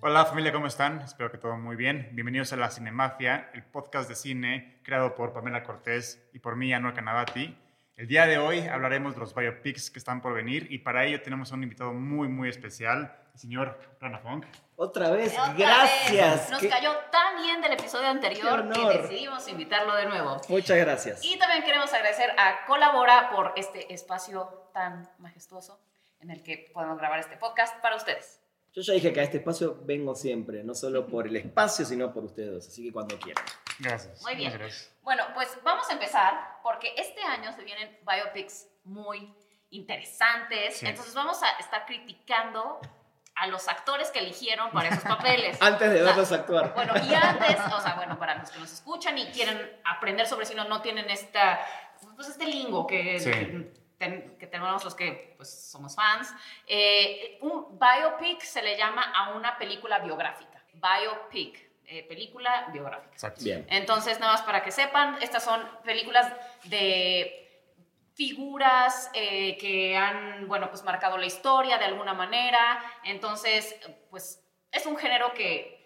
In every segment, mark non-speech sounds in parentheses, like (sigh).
Hola familia, ¿cómo están? Espero que todo muy bien. Bienvenidos a La Cinemafia, el podcast de cine creado por Pamela Cortés y por mí, Anor Canavati. El día de hoy hablaremos de los biopics que están por venir y para ello tenemos a un invitado muy, muy especial, el señor Rana Funk. Otra vez, Otra Pues gracias. vez. Nos Qué- cayó tan bien del episodio Qué anterior honor. que decidimos invitarlo de nuevo. Muchas gracias. Y también queremos agradecer a Colabora por este espacio tan majestuoso en el que podemos grabar este podcast para ustedes. Yo ya dije que a este espacio vengo siempre, no solo por el espacio, sino por ustedes dos, así que cuando quieran. Gracias. Muy bien. Muchas gracias. Bueno, pues vamos a empezar porque este año se vienen biopics muy interesantes. Sí. Entonces vamos a estar criticando a los actores que eligieron para (laughs) esos papeles. Antes de O sea, verlos actuar. Bueno, y antes, o sea, bueno, para los que nos escuchan y quieren aprender sobre cine, no tienen esta, pues este lingo que, Sí. que ten- que tenemos los que pues, somos fans. Eh, un biopic se le llama a una película biográfica. Biopic, eh, película biográfica. Exacto. Bien. Entonces, nada más para que sepan, estas son películas de figuras eh, que han, bueno, pues marcado la historia de alguna manera. Entonces, pues es un género que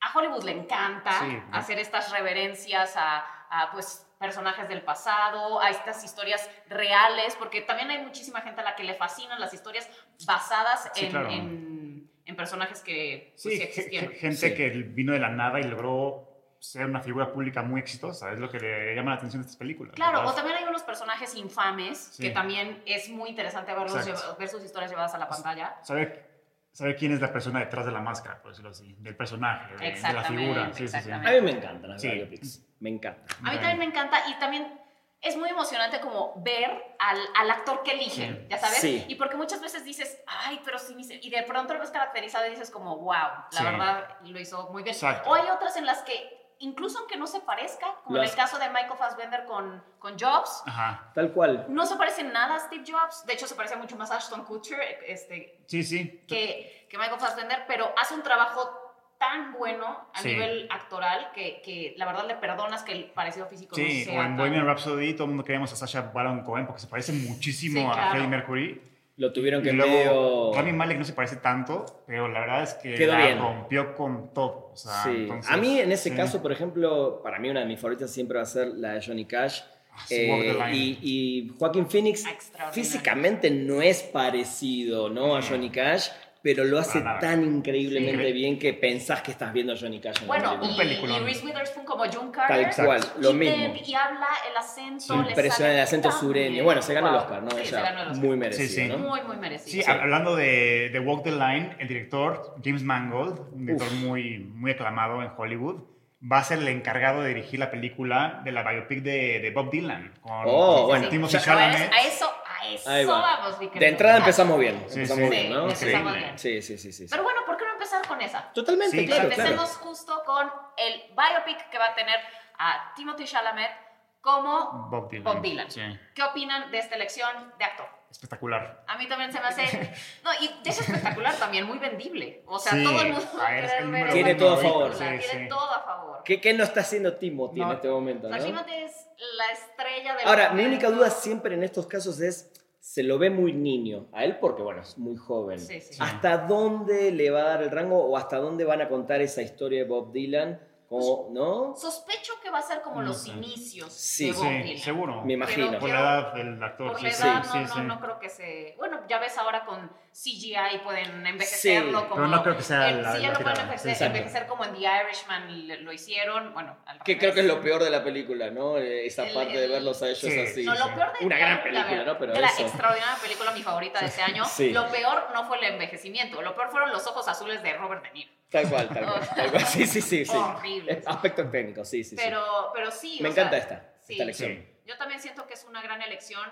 a Hollywood le encanta Sí, ¿no? hacer estas reverencias a, a, pues personajes del pasado, a estas historias reales, porque también hay muchísima gente a la que le fascinan las historias basadas Sí, en, claro. en- en personajes que pues, Sí, sí ge- (laughs) existieron. ge- gente Sí. que vino de la nada y logró ser una figura pública muy exitosa. Es lo que le llama la atención de estas películas. Claro, ¿verdad? o también hay unos personajes infames Sí. que también es muy interesante verlos, Exacto. lleva- ver sus historias llevadas a la pantalla. Saber, saber quién es la persona detrás de la máscara, por decirlo así, del personaje, de, de la Exactamente, figura. Sí, sí, sí. exactamente. A mí me encantan las Sí. biopics, me encanta. A mí también me encanta y también es muy emocionante como ver al, al actor que eligen, Sí. ¿ya sabes? Sí. Y porque muchas veces dices, ay, pero sí, me hice-". y de pronto lo ves caracterizado y dices como, wow, la Sí. verdad lo hizo muy bien. Exacto. O hay otras en las que, incluso aunque no se parezca, como Lo en el hace. caso de Michael Fassbender con, con Jobs, Ajá. Tal cual. no se parece en nada a Steve Jobs, de hecho se parece mucho más a Ashton Kutcher, este, Sí, sí. que, que Michael Fassbender, pero hace un trabajo tan bueno a Sí. nivel actoral que, que la verdad le perdonas que el parecido físico Sí, no sea o en tan- Bohemian Rhapsody todo el mundo queríamos a Sasha Baron Cohen porque se parece muchísimo Sí, a claro. Freddie Mercury. Lo tuvieron que y luego medio- Rami Malek no se parece tanto, pero la verdad es que Quedó la bien. rompió con todo. O sea, Sí. entonces, a mí en ese sí. caso, por ejemplo, para mí una de mis favoritas siempre va a ser la de Johnny Cash. Ah, sí, Walk the Eh, Line. y, y Joaquín Phoenix Extraordinario. físicamente no es parecido ¿no? a Johnny Cash, pero lo hace Mm. Para nada. tan increíblemente Sí. bien que pensás que estás viendo a Johnny Cash. En la Bueno, película. y, peliculón. y Reese Witherspoon como June Carter. Tal cual, lo y mismo. Depp, y habla el acento. Sí. le sale Impresionante, el acento tan sureño. bien. Bueno, se ganó el Wow. Oscar, ¿no? Sí, se ganó Ella el Oscar. muy merecido, Sí, sí. ¿no? Muy, muy Sí, ah, merecido. hab- hablando de, de Walk the Line, el director James Mangold, un director Uf. muy, muy aclamado en Hollywood, va a ser el encargado de dirigir la película de la biopic de, de Bob Dylan con, Oh, con bueno. Timothée Ya- Pero a, Chalamet. eso, a eso, a eso Ahí va. vamos, mi querido. De entrada Ah, empezamos bien. Sí, empezamos sí. bien, ¿no? Sí, empezamos Increíble. bien. Sí, sí, sí, sí, sí. Pero bueno, ¿por qué no empezar con esa? Totalmente, Sí, claro, claro. Empecemos justo con el biopic que va a tener a Timothy Chalamet como Bob Dylan. Bob Dylan. Sí. ¿Qué opinan de esta elección de actor? Espectacular. A mí también se me hace... No, y de eso espectacular también, muy vendible. O sea, Sí, todo el mundo va ah, a es el querer ver número esa Tiene uno todo a ahorita, favor. película, sí, Tiene sí. todo a favor. ¿Qué, qué no está haciendo Timothy No. en este momento? O sea, ¿no? Timothy es la estrella de... Ahora, mi única duda siempre en estos casos es, se lo ve muy niño a él porque, bueno, es muy joven. Sí, sí. ¿Hasta dónde le va a dar el rango o hasta dónde van a contar esa historia de Bob Dylan? Como, ¿No? Sospecho que va a ser como No los sé. inicios Sí, de Bob Sí, Dylan. seguro. Me imagino. Por la edad del actor. Por sí, la sí, edad, sí, no, no, sí. no creo que se... Bueno, ya ves ahora con CGI pueden envejecerlo Sí, como... Pero no creo que sea en- la- sí, ya la lo pueden tirada. envejecer, Exacto. envejecer como en The Irishman le- lo hicieron, bueno... al Que revés. creo que es lo peor de la película, ¿no? Eh, Esa El- parte de el- verlos a ellos Sí. así. No, sí. lo peor de Una gran la- película, ¿no? Pero la eso. extraordinaria película, mi favorita de ese año. Sí. Lo peor no fue el envejecimiento, lo peor fueron los ojos azules de Robert De Niro. Tal cual, tal cual, (laughs) tal cual. Sí, sí, sí, sí. Horrible. Aspectos técnicos, sí, sí, sí. Oh. Pero, pero sí, Me o encanta sea, esta, sí. esta elección. Sí. Yo también siento que es una gran elección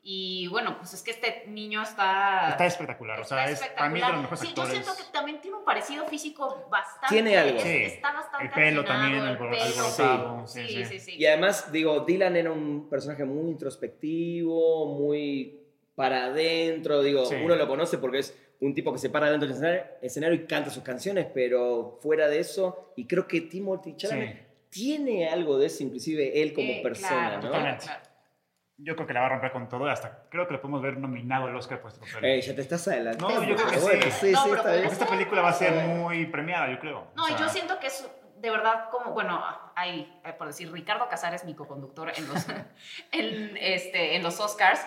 y bueno, pues es que este niño está... Está espectacular. O sea, Está es para mí de los espectacular. mejores sí, actores. Yo siento que también tiene un parecido físico bastante. Tiene algo. es- Sí. Está bastante. El pelo afinado, también, el el bol- pelo. alborotado, sí, Sí, sí. sí, sí. Y además, digo, Dylan era un personaje muy introspectivo, muy para adentro, digo, Sí. uno lo conoce porque es un tipo que se para dentro del escenario, escenario y canta sus canciones, pero fuera de eso, y creo que Timothy Chalamet Sí. tiene algo de eso, inclusive él como Eh, persona, claro, ¿no? claro, claro. yo creo que la va a romper con todo. Hasta creo que lo podemos ver nominado al Oscar por este papel. Ey, ya Eh, te estás adelantando. No, yo creo que pero bueno, sí. sí, No, sí, pero está como Porque bien. esta película va a Eh. ser muy premiada, yo creo. No, O y sea, yo siento que es de verdad como, bueno, hay, eh, por decir, Ricardo Casares, mi coconductor en los, (laughs) en, este, en los Oscars,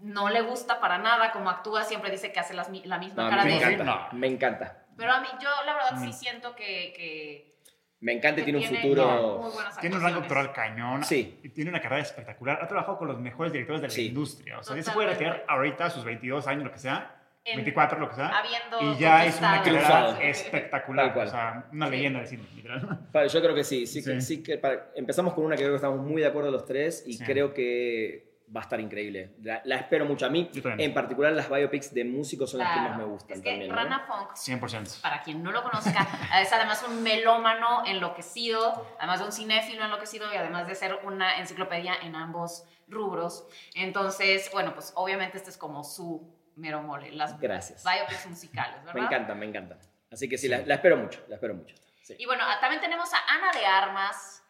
no le gusta para nada cómo actúa, siempre dice que hace las mi- la misma No, cara me me, de... encanta. encanta, me encanta. Pero a mí, yo la verdad sí Mm. siento que... que Me encanta y que tiene un no, muy futuro. buenas Tiene un rango actuaciones. actoral cañón. Sí. Y tiene una carrera espectacular. Ha trabajado con los mejores directores de la Sí. industria. O sea, ya se puede Totalmente. retirar ahorita a sus 22 años, lo que sea. En- 24, lo que sea. habiendo Y ya es una conquistado. carrera Triunfado. espectacular. Tal cual. O sea, una Sí. leyenda del cine, literal. Para- yo creo que sí. sí, Sí. Que, sí que para- empezamos con una que creo que estamos muy de acuerdo los tres y Sí. creo que va a estar increíble. La, la espero mucho. A mí, Yo también. en particular, las biopics de músicos son las que Claro. más me gustan Es que también. ¿no? Rana Funk 100%. para quien no lo conozca, (laughs) es además un melómano enloquecido, además de un cinéfilo enloquecido y además de ser una enciclopedia en ambos rubros. Entonces, bueno, pues obviamente este es como su mero mole, las Gracias. biopics musicales, ¿verdad? Me encanta, me encanta. Así que sí, la, la espero mucho, la espero mucho. Sí. Y bueno, ah, también tenemos a Ana de Armas,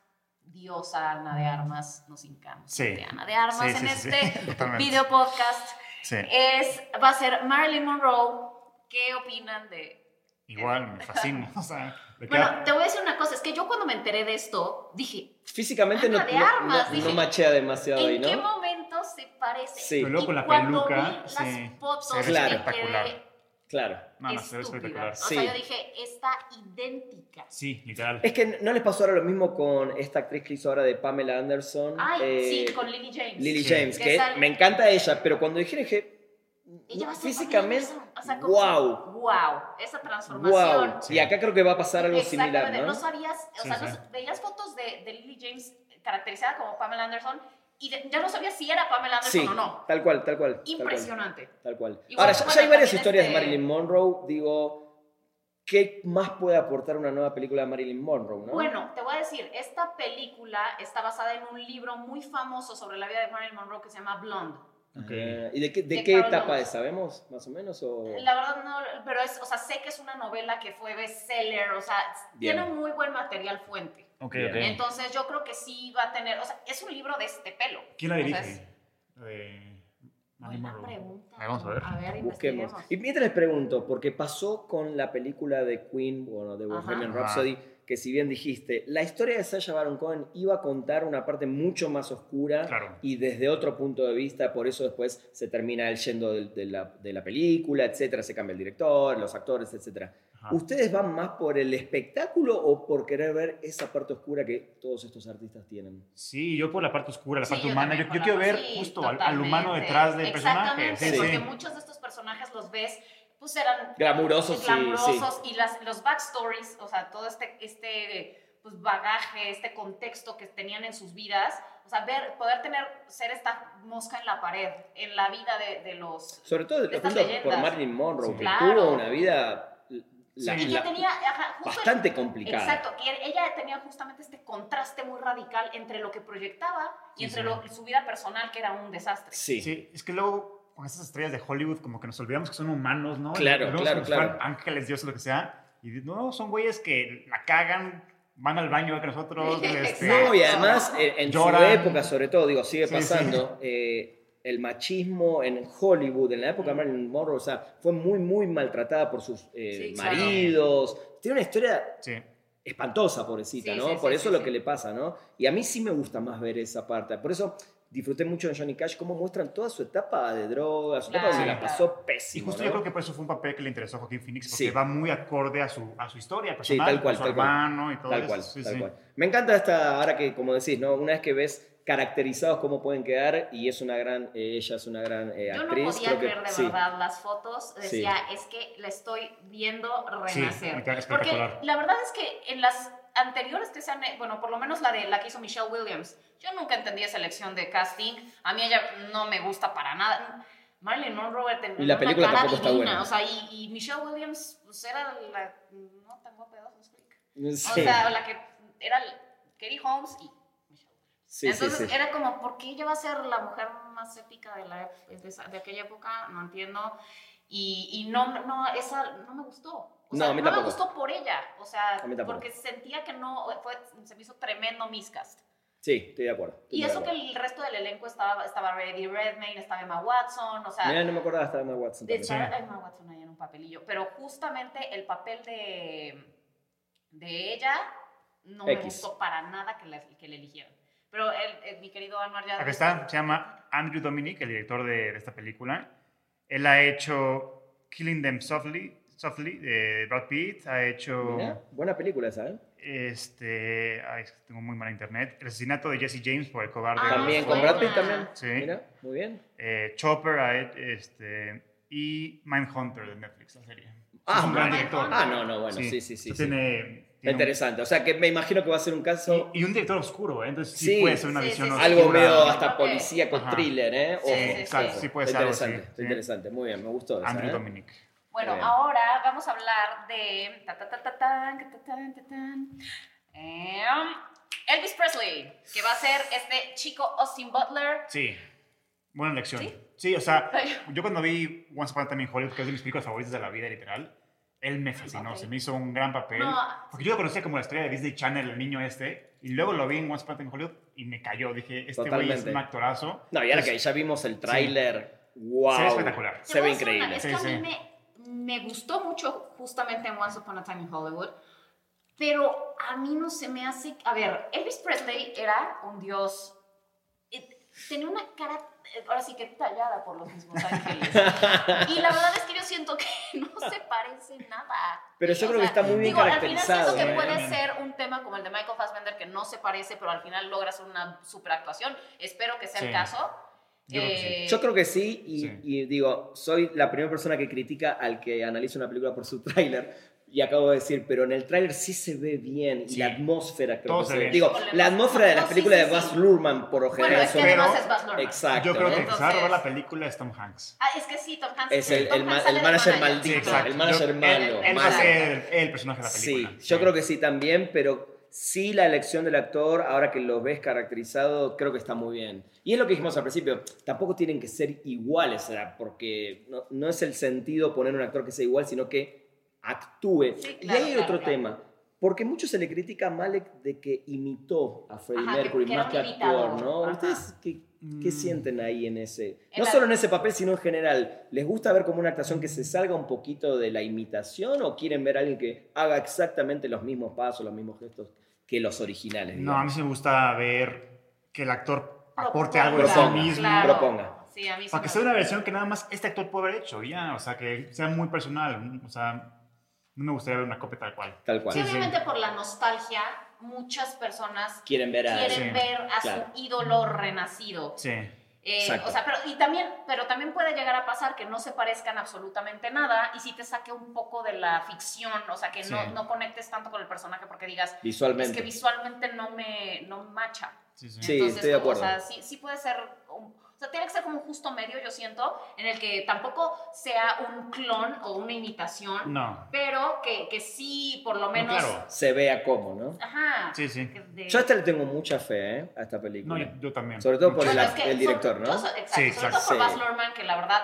diosa Ana de Armas, nos encanta Sí. de Ana de Armas Sí, sí, en sí, sí. (laughs) este Totalmente. video podcast. Sí. Es, va a ser Marilyn Monroe. ¿Qué opinan de Igual, me fascina. O sea, de que- Bueno, te voy a decir una cosa, es que yo cuando me enteré de esto, dije, Físicamente no, Ana de no- Armas, no- dije. no machea demasiado ahí, ¿en qué ¿no? momento se parece? Sí. Pero luego con Y la cuando peluca, vi sí, las fotos, se ve Claro. espectacular. me quedé Claro. no, no, se ve estúpida. espectacular. O Sí. sea, yo dije, está idéntica. Sí, literal. Es que no les pasó ahora lo mismo con esta actriz que hizo ahora de Pamela Anderson. Ay, eh, sí, con Lily James. Lily Sí. James, Que que sale- me encanta ella, pero cuando dijeron dije, Ella va a ser físicamente, Pamela Anderson. O sea, como wow, que, wow, esa transformación. wow. Sí. Y acá creo que va a pasar algo Exactamente, similar, ¿no? sabías, o Sí, sea, sí. no- veías fotos de, de Lily James caracterizada como Pamela Anderson y de- ya no sabías si era Pamela Anderson sí, o no. tal cual, tal cual. tal cual, Impresionante. Tal cual. Igual, Ahora, ya, bueno, ya hay varias también historias este- de Marilyn Monroe, digo, ¿qué más puede aportar una nueva película de Marilyn Monroe, no? Bueno, te voy a decir, esta película está basada en un libro muy famoso sobre la vida de Marilyn Monroe que se llama Blonde. Ok. Ah, ¿Y de qué, de De qué Carol etapa Dance. es? ¿Sabemos más o menos? O... La verdad no, pero es, o sea, sé que es una novela que fue bestseller, o sea, Bien. tiene un muy buen material fuente. Ok, Bien. ok. Entonces yo creo que sí va a tener, o sea, es un libro de este pelo. ¿Quién la dirige? Eh, Entonces, La de Marilyn buena Monroe. pregunta. Ahí vamos a ver. A ver, Busquemos. investiguemos. Y mientras les pregunto, porque pasó con la película de Queen, bueno, de Ajá. Bohemian Ajá. Rhapsody, que si bien dijiste, la historia de Sasha Baron Cohen iba a contar una parte mucho más oscura Claro. y desde otro punto de vista, por eso después se termina el yendo de, de la, de la película, etcétera, se cambia el director, los actores, etcétera. Ajá. ¿Ustedes van más por el espectáculo o por querer ver esa parte oscura que todos estos artistas tienen? Sí, yo por la parte oscura, la Sí, parte yo humana. también Yo, por yo la quiero parte- ver sí, justo al, al humano totalmente. detrás del personaje. Exactamente, Sí, porque sí. muchos de estos personajes los ves, pues eran Glamurosos, sí, glamurosos, y las, los backstories, o sea, todo este, este pues, bagaje, este contexto que tenían en sus vidas, o sea, ver, poder tener, ser esta mosca en la pared, en la vida de, de los... Sobre todo lo Estas siento por leyendas. Marilyn Monroe, Sí. que Claro. tuvo una vida la- Sí. y que la- tenía, ajá, justo el- bastante complicada. Exacto, que ella tenía justamente este contraste muy radical entre lo que proyectaba y Sí, entre sí. lo- su vida personal, que era un desastre. Sí. Sí, es que luego con esas estrellas de Hollywood como que nos olvidamos que son humanos, ¿no? Claro, Nos vemos claro, como si fueran claro. Ángeles, dioses, lo que sea. Y no, son güeyes que la cagan, van al baño igual que (laughs) nosotros. este, No, y además eh, en su Lloran. época, sobre todo, digo, sigue Sí, pasando. eh, el machismo en Hollywood, en la época de Mm. Marilyn Monroe, o sea, fue muy, muy maltratada por sus eh, Sí, claro. maridos. Tiene una historia Sí, espantosa, pobrecita, Sí, ¿no? sí, por sí, eso sí, lo sí. que le pasa, ¿no? Y a mí sí me gusta más ver esa parte. Por eso disfruté mucho de Johnny Cash, cómo muestran toda su etapa de drogas, su etapa Claro, donde la claro. pasó y pésimo. justo ¿no? yo creo que por eso fue un papel que le interesó a Joaquín Phoenix, porque Sí. va muy acorde a su, a su historia Sí, personal, tal cual, con su tal cual. hermano y todo Tal eso. cual, Sí, tal sí. cual. Me encanta esta, ahora que, como decís, ¿no? Una vez que ves caracterizados cómo pueden quedar y es una gran, eh, ella es una gran eh, Yo no actriz. podía creo que- creer de sí. verdad las fotos. Decía, es que la estoy viendo Sí, literal, renacer. Porque espectacular. la verdad es que en las anteriores que se han, bueno, por lo menos la de la que hizo Michelle Williams, yo nunca entendí esa elección de casting. A mí ella no me gusta para nada. Marilyn Monroe tenía Y la una película cara tampoco está divina, buena. O sea, y, y Michelle Williams pues, era la no tan guapa de Dawson's Creek. O Mm, Sí, sea, la que era Katie Holmes y Michelle. sí, sí, Entonces sí. era como, ¿por qué ella va a ser la mujer más épica de, la, de, esa- de aquella época? No entiendo. Y, y no, no, esa no me gustó. O No, sea, a mí no me tampoco. gustó por ella. O sea, A mí tampoco. porque sentía que no, fue, se me hizo tremendo miscast. Sí, estoy de acuerdo. estoy Y muy de eso que acuerdo. el resto del elenco estaba, estaba Reddy Redmayne, estaba Emma Watson, o sea, Mirá, no me acordaba, estaba Emma Watson. de también. Sí. estar Emma Watson ahí en un papelillo, pero justamente el papel de, de ella no me X. gustó para nada que, la, que le eligieron. Pero el- el- mi querido Anwar ya... Acá está, se llama Andrew Dominic, el director de, de esta película. Él ha hecho Killing Them Softly, Softly de Brad Pitt, ha Mirá, hecho buena película esa, ¿eh? este, ay, es que tengo muy mala internet, El asesinato de Jesse James por el cobarde. Ah, también, con buena. Brad Pitt también. Sí. Mirá, muy bien. Eh, Chopper ha he- este, y Mindhunter de Netflix, la serie. Ah, es un gran bueno. director. Ah, no, no, bueno, sí, sí, sí. sí. Tiene, Está tiene un- interesante. O sea que me imagino que va a ser un caso y, y un director oscuro, ¿eh? entonces sí, Sí. puede ser una Sí, sí, visión sí. oscura. algo medio sí. hasta policía con Ajá. thriller, ¿eh? Ojo. Sí, Sí, sí, exacto, sí. sí puede Está ser algo así. interesante, está sí. interesante. Muy bien, me gustó esa, Andrew ¿eh? Dominic. Bueno, Bien. ahora vamos a hablar de... ta, ta, ta, ta, tan, ta, ta, tan, ta, tan. Em, Elvis Presley, que va a ser este chico Austin Butler. Sí. Buena elección. ¿Sí? ¿Sí? o sea, Ay. yo cuando vi Once Upon a Time in Hollywood, que es de mis películas favoritas de la vida, literal, él me fascinó, Ok. se me hizo un gran papel. No. Porque yo lo conocía como la historia de Disney Channel, el niño este, y luego lo vi en Once Upon a Time in Hollywood y me cayó. Dije, este güey es Totalmente. un actorazo. No, y ahora que Entonces, ya vimos el tráiler, wow. Se ve espectacular. Te Se ve voy a decir increíble. Una, es Sí, que sí. a mí me, me gustó mucho justamente en Once Upon a Time in Hollywood, pero a mí no se me hace... A ver, Elvis Presley era un dios... eh, Tenía una cara, eh, ahora sí que tallada por los (laughs) mismos ángeles. Y la verdad es que yo siento que (laughs) no se parece nada. Pero yo O creo que está sea, muy bien Digo, al final siento caracterizado. que ¿eh? puede ser un tema como el de Michael Fassbender que no se parece, pero al final logras una superactuación. Espero que sea el Sí. caso. Yo creo que sí. Eh, Yo creo que sí y, Sí. y digo, soy la primera persona que critica al que analiza una película por su (laughs) tráiler. Y acabo de decir, pero en el tráiler sí se ve bien y Sí. la atmósfera creo Todo que se se ve. ve. Digo, Volvemos. la atmósfera de No, las sí, películas sí, de sí. Baz Luhrman por lo Bueno, general es que son- Pero- además es Baz Luhrmann. Exacto. Yo creo que el que se va a robar Entonces- la película es Tom Hanks. Ah, es que sí, Tom Hanks. Es el- Tom el ma- Hanks el sale de manager Sí, maldito. exacto. el manager Yo- malo, Él, él va a malo. ser el, el personaje de la película. Sí, yo creo que sí también, pero sí la elección del actor, ahora que lo ves caracterizado, creo que está muy bien. Y es lo que dijimos al principio, tampoco tienen que ser iguales, ¿verdad? porque no, no es el sentido poner un actor que sea igual, sino que actúe. Sí, y claro, hay claro, otro claro. tema, porque mucho se le critica a Malek de que imitó a Freddie Ajá, que- Mercury que era más un que actor, imitador, ¿no? ajá. ¿Ustedes qué, qué Mm. sienten ahí en ese? En No la- solo en ese papel, sino en general. ¿Les gusta ver como una actuación que se salga un poquito de la imitación o quieren ver a alguien que haga exactamente los mismos pasos, los mismos gestos que los originales? No, a mí digamos? sí me gusta ver que el actor aporte Proponga, algo de sí Proponga, mismo. claro. Proponga. Sí, a mí sí Para me que sea gusta. una versión que nada más este actor puede haber hecho, ya, o sea, que sea muy personal, o sea, no me gustaría ver una copia tal cual. Tal cual. Sí, Sí, sí. obviamente por la nostalgia, muchas personas Quieren ver a... quieren sí, ver a claro. su ídolo renacido. Sí, Eh, Exacto. o sea, pero, y también, pero también puede llegar a pasar que no se parezcan absolutamente nada y si te saque un poco de la ficción, o sea, que no, Sí. no conectes tanto con el personaje porque digas, es Visualmente. que visualmente no me no me macha. sí, sí. Sí, estoy de como, acuerdo. O sea, sí, sí puede ser, un- o sea, tiene que ser como un justo medio, yo siento, en el que tampoco sea un clon o una imitación, No, pero que, que sí, por lo menos... claro. Se vea cómo, ¿no? Ajá. sí, sí. que de- Yo hasta le tengo mucha fe ¿eh? a esta No, película. yo, yo también. Sobre todo por Mucho. el- Bueno, es que del director, sobre- ¿no? yo so- exacto, Sí, sobre exacto. todo por Baz Sí. Luhrmann, que la verdad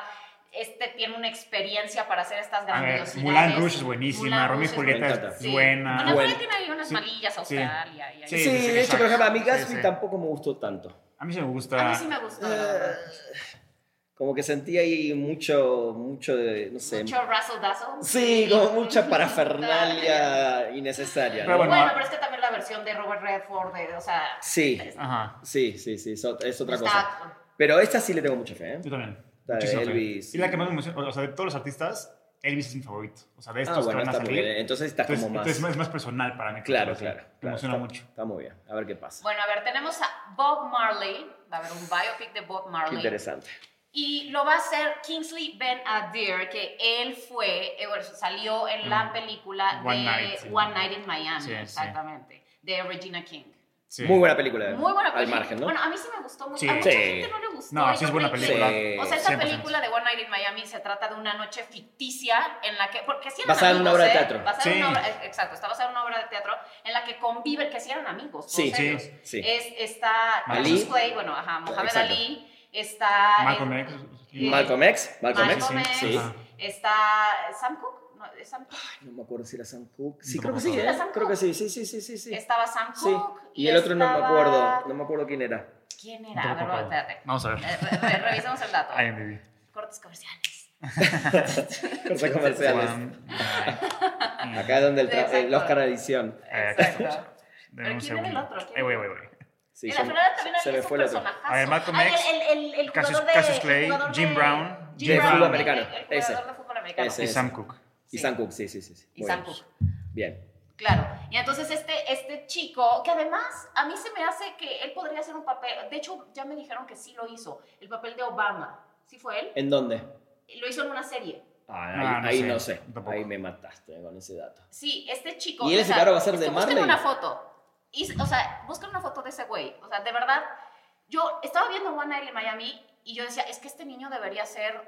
este tiene una experiencia para hacer estas A ver, grandiosidades. Mulan Rouge es buenísima, Moulin Romeo y Rouge Julieta Me es encanta. Sí. buena. Ana Julia Buena. tiene ahí unas Sí. malillas a Sí. Australia. y ahí- Sí, Sí, sí, de hecho, exacto. por ejemplo, a mí Sí, Gatsby sí. tampoco me gustó tanto. A mí sí me gusta. A mí sí me gustó. la verdad. Eh, Como que sentí ahí mucho, mucho de, no sé. Mucho razzle dazzle. Sí, (laughs) como mucha parafernalia innecesaria. Pero ¿no? Bueno, Bueno, ah. pero es que también la versión de Robert Redford, de- o sea, Sí, Ajá, sí, sí, sí, es ot- es otra cosa. está- Pero esta sí le tengo mucha fe, ¿eh? yo también. La de Muchísimo fe. Elvis. Y la que más me emociona, o sea, de todos los artistas, Elvis es mi favorito. O sea, de estos Ah, bueno, que van está a muy salir. bien. Entonces está entonces, como más. entonces es más personal para mí. Claro, Sí, claro. Me claro, emociona está- mucho. Está muy bien, a ver qué pasa. Bueno, a ver, tenemos a Bob Marley. Va a haber un biopic de Bob Qué Marley. interesante. Y lo va a hacer Kingsley Ben Adir, que él fue, eh, bueno, salió en la Mm. película One de Night, sí. One Night in Miami, Sí, sí. exactamente, de Regina King. Sí. Muy buena película. Muy buena Al película. margen, ¿no? Bueno, a mí sí me gustó mucho. Sí. A mucha Sí. gente no le gustó. No, y sí es yo buena me quedé- película. Sí. O sea, esta 100%. película de One Night in Miami se trata de una noche ficticia en la que. Porque sí eran Basada en una amigos, obra de ¿eh? teatro. Basada en Sí. una obra, eh, exacto, está basada en una obra de teatro en la que conviven, que sí eran amigos. Sí, todos sí, ellos. sí. Es, está Ali. Cassius Clay, bueno, ajá, Mohamed Exacto. Ali, está. Malcolm eh, X. eh, Malcolm X, Malcolm Malcolm X. X, sí. está Sam Cooke, no, No, ¿es Sam Cooke? Ay, no me acuerdo si era Sam Cooke. Sí, No creo me que sí, acuerdo. ¿eh? ¿Era Sam Creo que sí, Cooke? sí, sí, sí, sí. sí. Estaba Sam Sí. Cook. Y el otro no me estaba- acuerdo, no me acuerdo quién era. (laughs) ¿Quién No era? A ver, me acuerdo. espérate. Vamos a ver. Eh, re- re- revisamos el dato. (laughs) IMDb. Cortes comerciales. Cortes comerciales. One night. Acá es donde el, tra- Exacto. el Oscar de edición. Eh, (laughs) acá estamos. Exacto. Dame Pero un ¿quién era el segundo. otro? ¿Quién Eh, güey, era? güey, güey. Sí, en se la me- final también se había me esos fue el otro. personajazo. A ver, Malcolm Ay, X, el, el, el, el Cassius- jugador de- Cassius Clay, el jugador Jim de- Brown, Jim de Brown, fútbol el- americano, El, el ese. jugador de fútbol americano. Y Ese. Sam Cook. Y Sí. Sam Cooke, sí, sí, sí. sí. Y Muy Sam bien. Cooke. Bien. Claro. Y entonces este, este chico, que además a mí se me hace que él podría hacer un papel, de hecho ya me dijeron que sí lo hizo, el papel de Obama. ¿Sí fue él? ¿En dónde? Lo hizo en una serie. Ah, Ah, no ahí, ahí sé, no sé. tampoco. Ahí me mataste con ese dato. Sí, este chico. ¿Y él o ese sea, cara va a ser es de que busquen Marley? una foto. Y, o sea, busquen una foto de ese güey. O sea, de verdad, yo estaba viendo One Night in Miami y yo decía, es que este niño debería ser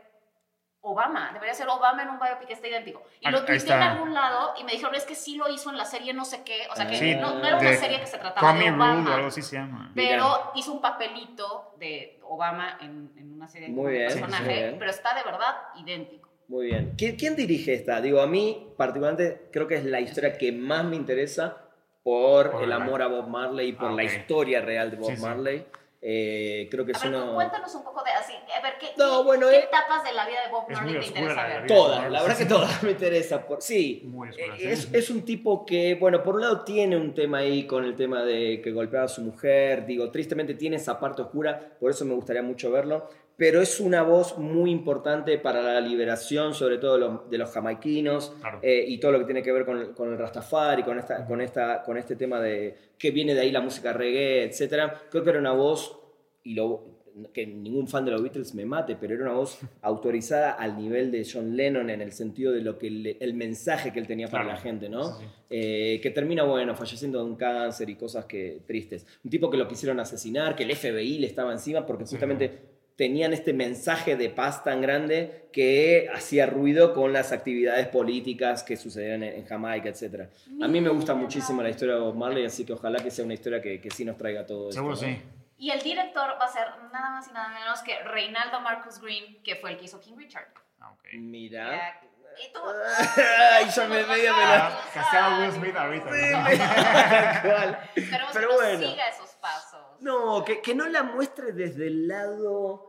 Obama. Debería ser Obama en un biopic que esté idéntico. Y Ah, lo ahí tuiteé en está. algún lado y me dijeron, es que sí lo hizo en la serie no sé qué. O sea, que Sí, no, no era una de serie que se trataba Tommy de Rule o Obama. algo así se llama. Pero hizo un papelito de Obama en, en una serie Muy de bien, personaje, muy bien. pero está de verdad idéntico. Muy bien. ¿Quién, quién dirige esta? Digo, a mí particularmente creo que es la historia que más me interesa por Por el la- amor a Bob Marley y por Ah, la ok. historia real de Bob Sí, sí. Marley. Eh, creo que A es ver, uno... cuéntanos un poco de así, a ver, ¿qué, No, qué- bueno, qué eh, etapas de la vida de Bob es Marley muy te oscura la interesaban? vida. Todas, (laughs) la verdad que todas me interesa. Por... Sí, Muy eh, oscura, es, sí. es un tipo que, bueno, por un lado tiene un tema ahí con el tema de que golpeaba a su mujer, digo, tristemente tiene esa parte oscura, por eso me gustaría mucho verlo, pero es una voz muy importante para la liberación, sobre todo de los, de los jamaiquinos Claro. eh, y todo lo que tiene que ver con, con el rastafari, con, esta, con, esta, con este tema de que viene de ahí la música reggae, etc. Creo que era una voz y lo que ningún fan de los Beatles me mate, pero era (laughs) una voz autorizada al nivel de John Lennon en el sentido de lo que le- el mensaje que él tenía para Claro. la gente, ¿no? Sí, sí. Eh, que termina, bueno, falleciendo de un cáncer y cosas que tristes. Un tipo que lo quisieron asesinar, que el FBI le estaba encima porque justamente tenían este mensaje de paz tan grande que hacía ruido con las actividades políticas que sucedían en, en Jamaica, etc. A mí me gusta muchísimo la historia de Bob Marley, así que ojalá que sea una historia que, que sí nos traiga todo esto, Seguro ¿no? sí. Y el director va a ser nada más y nada menos que Reinaldo Marcus Green, que fue el que hizo King Richard. Ah, ok. Eh, Mira. Y tú- (laughs) Ay, ya me medio me la- Ah, Casaba Will Smith ahorita. Sí, (laughs) ¿no? me- tal cual. Esperemos Pero que no bueno. siga esos pasos. No, que, que no la muestre desde el lado.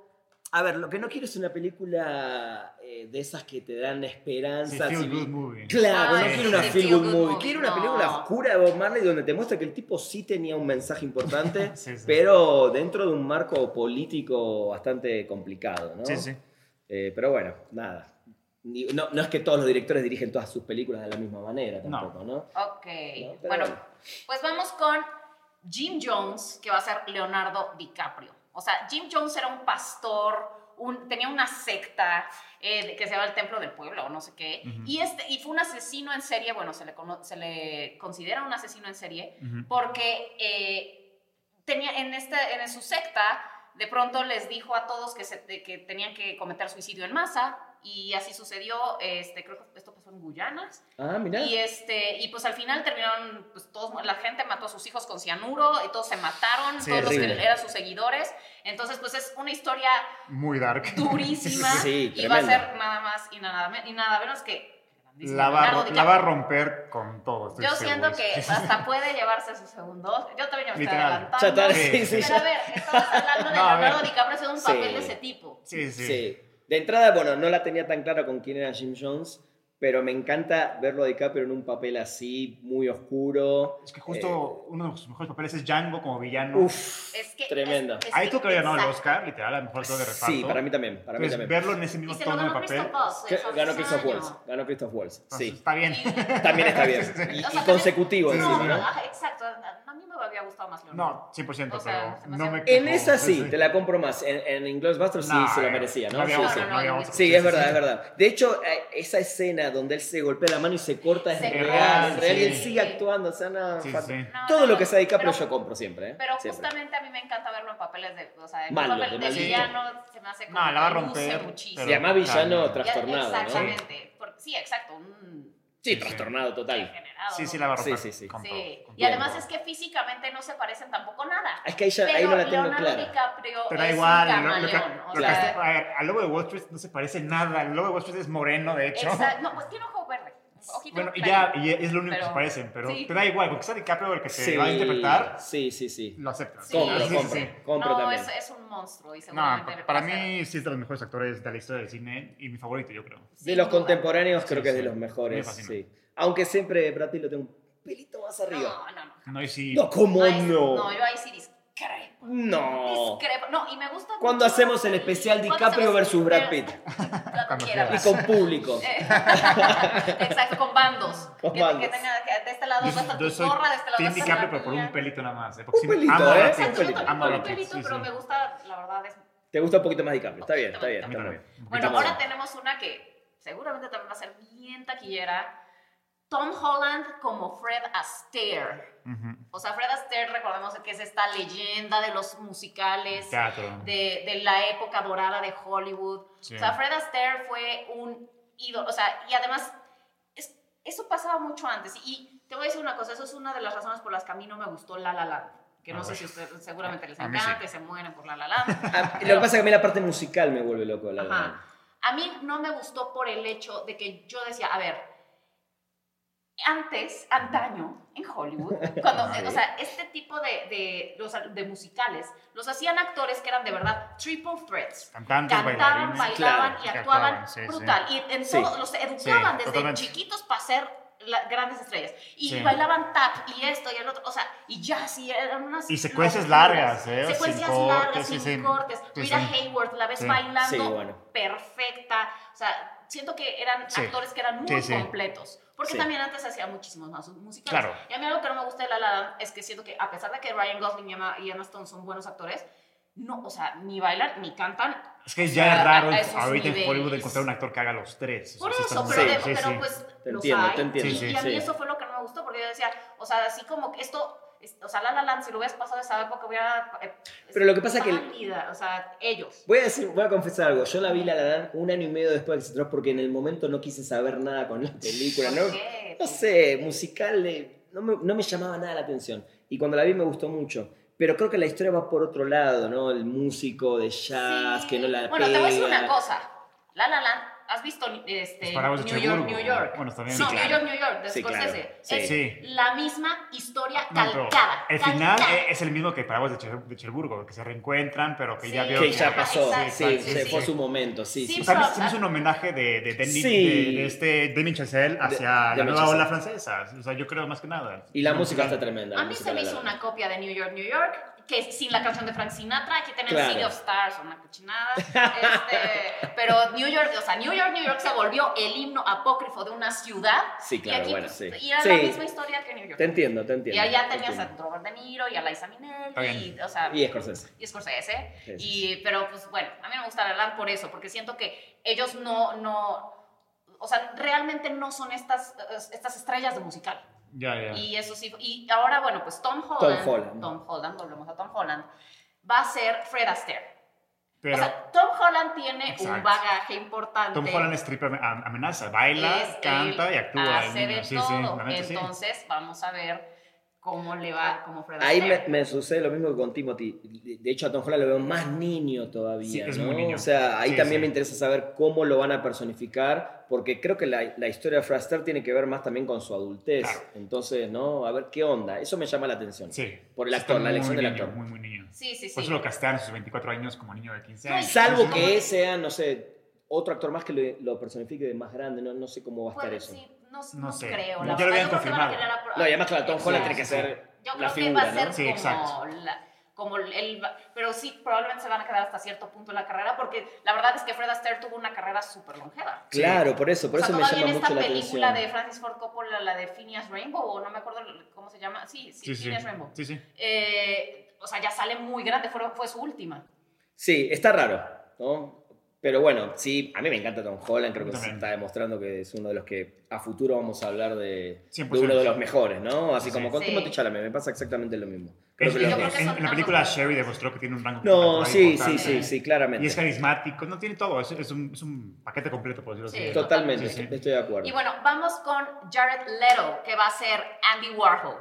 A ver, lo que no quiero es una película eh, de esas que te dan Sí, esperanza. feel si- good movie. Claro, Ah, no sí, quiero una sí, feel feel good good movie. movie, Quiero una no. película oscura de Bob Marley donde te muestra que el tipo sí tenía un mensaje importante, (laughs) Sí, sí. pero dentro de un marco político bastante complicado, ¿no? Sí, sí. Eh, pero bueno, nada. Ni- No, no es que todos los directores dirigen todas sus películas de la misma manera No. tampoco, ¿no? Ok, pero bueno, bueno. pues vamos con Jim Jones, que va a ser Leonardo DiCaprio. O sea, Jim Jones era un pastor, un- tenía una secta eh, de- que se llama el Templo del Pueblo o no sé qué, Ujú. y, este, y fue un asesino en serie, bueno, se le, cono- se le considera un asesino en serie, Ujú. porque eh, tenía en, esta, en su secta, de pronto les dijo a todos que, se- de- que tenían que cometer suicidio en masa, y así sucedió, este, creo que esto pasó en Guyana, Ah, mirá. y este, y pues al final terminaron, pues todos, la gente mató a sus hijos con cianuro y todos se mataron, Sí, todos los que horrible. eran sus seguidores. Entonces, pues es una historia Muy dark. (laughs) durísima (laughs) Sí, y va a tremenda. ser nada más y nada, me- y nada menos que La va, Leonardo ro- la va a DiCaprio. romper con todo. estoy Yo seguro. siento que (laughs) hasta puede llevarse su segundo. Yo también ya me estoy Literal. adelantando. Ya está, Sí. sí, sí, ya. Pero a ver, estamos hablando (laughs) de No, a ver. Leonardo DiCaprio haciendo un Sí. papel de ese tipo. Sí, sí. Sí. De entrada, bueno, no la tenía tan clara con quién era Jim Jones, pero me encanta verlo de acá, pero en un papel así, muy oscuro. Es que justo uno de sus mejores papeles es Django como villano. Eh. Uf, Es que Tremenda. es- es Ahí que- tú que había ganado el exacto. Oscar, literal, a lo mejor todo de reparto. sí, para mí también, para mí Entonces, también. verlo en ese Y mismo se lo tono de ganó papel. Christoph Waltz. Que- de Ganó Fabricio Christoph Waltz, Año. ganó Christoph Waltz, Entonces, sí. Está bien. También está Ah, bien. (laughs) Sí, sí, sí. Y, O sea, y también- consecutivo Sí, encima, sí, ¿no? ajá, Ah, exacto. A mí me había gustado más Leonardo. No, 100%, O sea, se pero me no hace- me En En quejo. esa sí, sí. te la compro más. En, en Inglourious Basterds sí No, se lo eh, merecía, ¿no? había Sí, otro, sí. no, había no, otro. Sí, es verdad, es verdad. De hecho, eh, esa escena donde él se golpea la mano y se corta es Se real, corta, es real. Y él sí. sigue actuando, o sea, no, Sí, fa- sí. No, Todo no, lo no, que sea DiCaprio pero- yo compro siempre, ¿eh? Pero Siempre. justamente a mí me encanta verlo en papeles de, o sea, en Malo, un papel de de maldito. villano se me hace como No, la va a que luce romper. muchísimo. pero- Y además villano Claro. Ya- trastornado, ¿no? Exactamente. Por- sí, exacto. Un Sí, Sí, trastornado total. degenerado, Sí, sí, ¿no? la va a romper. Sí, sí, sí. con todo, Sí. con Y todo. además es que físicamente no se parecen tampoco nada. Es que ahí, ya, ahí Pero no la tengo Leonardo clara. DiCaprio Pero da es igual, un lo- lo, camaleón. que- o lo que sea, hace- a ver, al lobo de Wall Street no se parece nada. El lobo de Wall Street es moreno, de hecho. exacto. No, pues tiene ojo verde. Ojito Bueno, y ya, claro. y es lo único que Pero- se parecen, pero sí. te da igual, porque sea DiCaprio el que te va a interpretar, Sí, sí, sí. lo aceptas. Sí. Compro, Sí, sí, compro, sí. compro no, también. es, es un monstruo y No, seguramente para va a ser- mí sí es de los mejores actores de la historia del cine y mi favorito, yo creo. De sin los duda. contemporáneos creo Sí, que es sí. de los Me mejores, fascina. sí. Aunque siempre Brad Pitt lo tengo un pelito más arriba. No, no, no. No, y sí. No, ¿cómo Ahí- no? No, yo ahí sí discrepo. No. Discrepo. No, y me gusta ¿Cuándo hacemos el especial DiCaprio versus Brad Pitt? (laughs) Cuando (laughs) Cuando Y quieras. quieras. con público. Eh, (laughs) Exacto, con bandos. (laughs) Con que, bandos. Que tenga, que de este lado Yo, va a estar yo tu soy gorra, de este lado va Team a estar DiCaprio, la pero por mía. un pelito nada más. ¿eh? Un sí, pelito, amo ¿eh? a Brad Sí, Pitt, Exacto, yo también amo a con un Brad Pitt, pelito, sí, pero sí. me gusta, la verdad es... Te gusta un poquito más DiCaprio. Está bien, está bien. A mí Está también. bien. un poquito Bueno, más. ahora tenemos una que seguramente también va a ser bien taquillera. Tom Holland como Fred Astaire. Ujú. O sea, Fred Astaire, recordemos que es esta leyenda de los musicales, Teatro. de, de la época dorada de Hollywood. Sí. O sea, Fred Astaire fue un ídolo. O sea, y además, es- eso pasaba mucho antes. Y te voy a decir una cosa, eso es una de las razones por las que a mí no me gustó La La Land. Que no Ah, sé bueno. si ustedes seguramente les A mí encanta, sí. y se mueren por La La Land. Ah, lo que pasa es que a mí la parte musical me vuelve loco. La verdad. Ajá. A mí no me gustó por el hecho de que yo decía, a ver, antes, antaño, en (laughs) Hollywood, cuando, Ah, o sea, este tipo de, de, o sea, de musicales los hacían actores que eran de verdad triple threats. Cantantes, Cantaban, bailarines. bailaban Claro, y que actuaban actuaban, sí, sí. brutal. Y en Sí. todo, los educaban desde totalmente. chiquitos para ser la- grandes estrellas. Y Sí. bailaban tap y esto y el otro, o sea, y jazz y eran unas... Y secuencias locuras. largas, ¿eh? Secuencias Sin largas, cortes, sin sí, sí. cortes. Sí, Mira sí. Hayward, la ves Sí. bailando Sí, bueno. perfecta. O sea, siento que eran Sí. actores que eran muy Sí, sí. completos. Porque Sí. también antes hacía muchísimos más musicales. Claro. Y a mí algo que no me gusta de La La Land es que siento que a pesar de que Ryan Gosling y Emma, y Emma Stone son buenos actores, no, o sea, ni bailan ni cantan. Es que O ya sea, es raro a- a en- esos ahorita en niveles. Hollywood encontrar un actor que haga los tres. O sea, Por sí está eso, muy pero, raro. de- pero pues Te los entiendo, hay. te entiendo, Y, y a sí. mí eso fue lo que no me gustó porque yo decía, o sea, así como que esto... es- O sea, La La Land, si lo hubieras pasado esa época, hubiera... eh, Pero lo que pasa que el- pálida, O sea, ellos. Voy a, decir, voy a confesar algo. Yo la vi La La Land un año y medio después de que se estrenó porque en el momento no quise saber nada con la película. No, ¿Por qué? no sé, musical eh, no me, no me llamaba nada la atención. Y cuando la vi me gustó mucho. Pero creo que la historia va por otro lado, ¿no? El músico de jazz Sí. que no la Bueno, te voy a decir pega. una cosa. La La Land, ¿has visto este, Los Parábolas de New York, Cherburgo. New York? Bueno, está bien. No, Sí, New claro. York, New York, de Sí, claro. Scorsese. Sí. Es Sí. la misma historia No, pero calcada. el final calcada. es el mismo que Paraguas de, Cher- de Cherburgo, que se reencuentran, pero que ya Sí. vio Que ya Ajá, pasó, exacto, sí, sí, se sí. fue su momento, sí, sí. Sí, sí. Tal vez Pero- hicimos un homenaje de, de, Demi- Sí. de- de este Demi Chazelle hacia de la Demi nueva Chazelle. ola francesa. O sea, yo creo más que nada. Y la No, música sí. está tremenda. la A mí música se me de La hizo La una Land. copia de New York, New York, que es sin la canción de Frank Sinatra, aquí tenemos Claro. City of Stars, una (laughs) cochinada. Este, pero New York, o sea, New York, New York se volvió el himno apócrifo de una ciudad. Sí, claro, y aquí, bueno, pues, sí. Y era Sí. la misma historia que New York. Te entiendo, te entiendo. y allá te este, tenías a entiendo. Robert De Niro y a Liza Minnelli. Está bien. Y, o sea, Y Scorsese. y Scorsese. Sí, sí, Y, pero pues bueno, a mí me gusta la La Land por eso, porque siento que ellos no, no, o sea, realmente no son estas, eh, estas estrellas de musical. Ya, ya. Y eso sí, y ahora bueno, pues Tom Holland, Holland. Tom Holland, volvemos a Tom Holland, va a ser Fred Astaire. Pero o sea, Tom Holland tiene un Exacto. bagaje importante. Tom Holland es triple am- amenaza. Baila, Es canta él, y actúa. el Este, Hace niño. de sí, sí, todo. la neta sí. Entonces, vamos a ver cómo le va como Fred Ahí Astaire. me, me sucede lo mismo que con Timothy. De- De hecho, a Tom Holland lo veo más niño todavía. Sí, es ¿no? muy niño. O sea, ahí Sí, también sí. me interesa saber cómo lo van a personificar, porque creo que la, la historia de Fraster tiene que ver más también con su adultez. Claro. Entonces, ¿no? A ver qué onda. Eso me llama la atención. Sí. Por el Está actor, la muy elección del niño, actor. Muy, muy niño. Sí, sí, sí. Por eso lo castean a sus 24 años como niño de 15 No, y- años. Salvo Sí, sí. que sea, no sé, otro actor más que lo, lo personifique de más grande. No, no sé cómo va a estar Puede- eso. sí, no, No no sé. creo. Ya lo la verdad, habían yo creo que van a confirmado. querer apro- No, y además, claro, Tom Holland tiene que Exacto. ser Yo la creo que figura, va a ser ¿no? Sí, exacto. como, la- como el, pero sí, probablemente se van a quedar hasta cierto punto en la carrera, porque la verdad es que Fred Astaire tuvo una carrera súper longeva. Sí. Claro, por eso, por o sea, eso me todavía llama en mucho esta la atención. película de Francis Ford Coppola, la de Phineas Rainbow, o no me acuerdo cómo se llama, sí, sí, Sí, sí. Phineas Rainbow. Sí, sí. Eh, o sea, ya sale muy grande, fue, fue su última. Sí, está raro, ¿no? Pero bueno, sí, a mí me encanta Tom Holland, creo que se También. está demostrando que es uno de los que a futuro vamos a hablar de, de 100%. uno de los mejores, ¿no? Así Sí. como con Sí. Timothée Chalamet, me pasa exactamente lo mismo. Creo En, que yo los creo dos. que en- son en la película ambos. Sherry demostró que tiene un rango No, cultural sí, sí, importante. sí, sí, Y es claramente. carismático, no tiene todo, es, es un, es un paquete completo, por decirlo Sí. así. Totalmente, Sí, sí. estoy de acuerdo. Y bueno, vamos con Jared Leto, que va a ser Andy Warhol.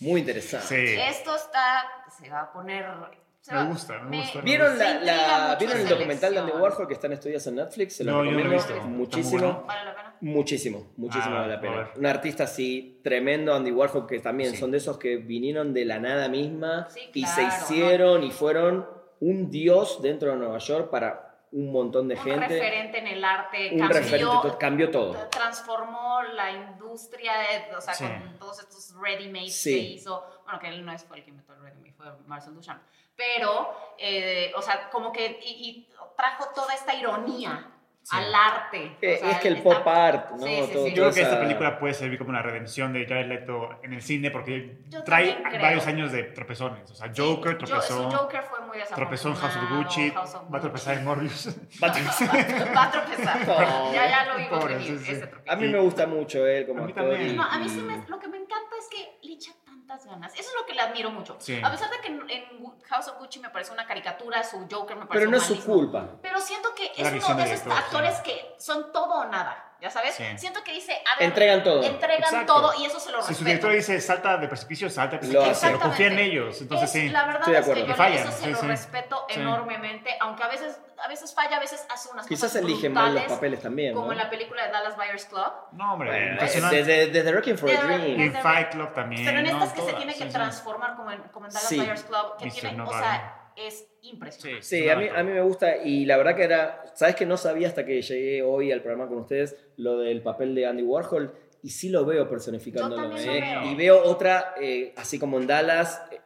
Muy interesante. Sí. Esto está, se va a poner, se Se Me va. gusta, me Me- gusta. me ¿Vieron, gusta. Me la, intriga la- mucho ¿vieron el esa documental de Andy elección. Warhol que está en estudios en Netflix? Se lo No, yo no lo he recomiendo visto. ¿Está muy muchísimo. bueno? ¿Vale la pena? Muchísimo, muchísimo Ah, vale la a pena. ver. Un artista así tremendo, Andy Warhol, que también Sí. son de esos que vinieron de la nada misma Sí, y se claro, hicieron y fueron un dios dentro de Nueva York para un montón de Un gente. referente en el arte, Un referente, to- cambió, cambió todo. transformó la industria, de- o sea, Sí. con todos estos ready-made Sí. que hizo. Bueno, que él no es fue el que inventó el ready-made, fue Marcel Duchamp. Pero, eh, o sea, como que y, y trajo toda esta ironía Sí. al arte. O Eh, sea, es que el está- pop art, ¿no? Sí, sí, sí. Todo- Yo toda Yo creo que esta esa- película puede servir como una redención de Jared Leto en el cine porque Yo trae también creo. varios años de tropezones. O sea, Sí, Joker yo- tropezó, su Joker fue muy tropezó en House of desafortunado, Gucci, House of va a Gucci. tropezar en Morbius. Va (laughs) a tropezar. (laughs) Va a tropezar. No. Ya, ya lo vimos Pobre, venir, sí, sí. ese tropiezo. A mí Y- me gusta mucho él como A mí actor. también. y- No, a mí sí y- me, lo que me encanta es que le echa tantas ganas. Eso es lo que le admiro mucho. Sí. A pesar de que en, en Gu- House of Gucci me parece una caricatura, su Joker me parece Pero no es su culpa. Pero siento que La es uno visión de del esos director, actores sí. que son todo o nada, ¿ya sabes? Sí. Siento que dice, a ver, Entregan todo. entregan Exacto. todo y eso se lo Si su respeto. director dice salta de precipicio, salta de precipicio, pero hace. confía en Exactamente. ellos. Entonces Es- sí. La verdad Estoy de es que acuerdo. yo Que fallan, eso se sí, lo sí. respeto Sí. enormemente, aunque a veces, a veces falla, a veces hace unas Quizás cosas elige mal los brutales, papeles también. como ¿no? en la película de Dallas Buyers Club. No, hombre, Bueno, impresionante. desde, desde Rocking for a Desde- Y en Dream. desde- Fight Club también. Pero en Eh, ¿no? estas que se Todas, tiene que sí, sí. transformar como en, como en Dallas Sí. Buyers Club, que Mr. tiene, o Nobody. sea, es impresionante. Sí, Sí, a mí, a mí me gusta y la verdad que era, sabes que no sabía hasta que llegué hoy al programa con ustedes lo del papel de Andy Warhol y sí lo veo personificándolo. Yo también ¿eh? lo veo. Y veo otra, eh, así como en Dallas, eh,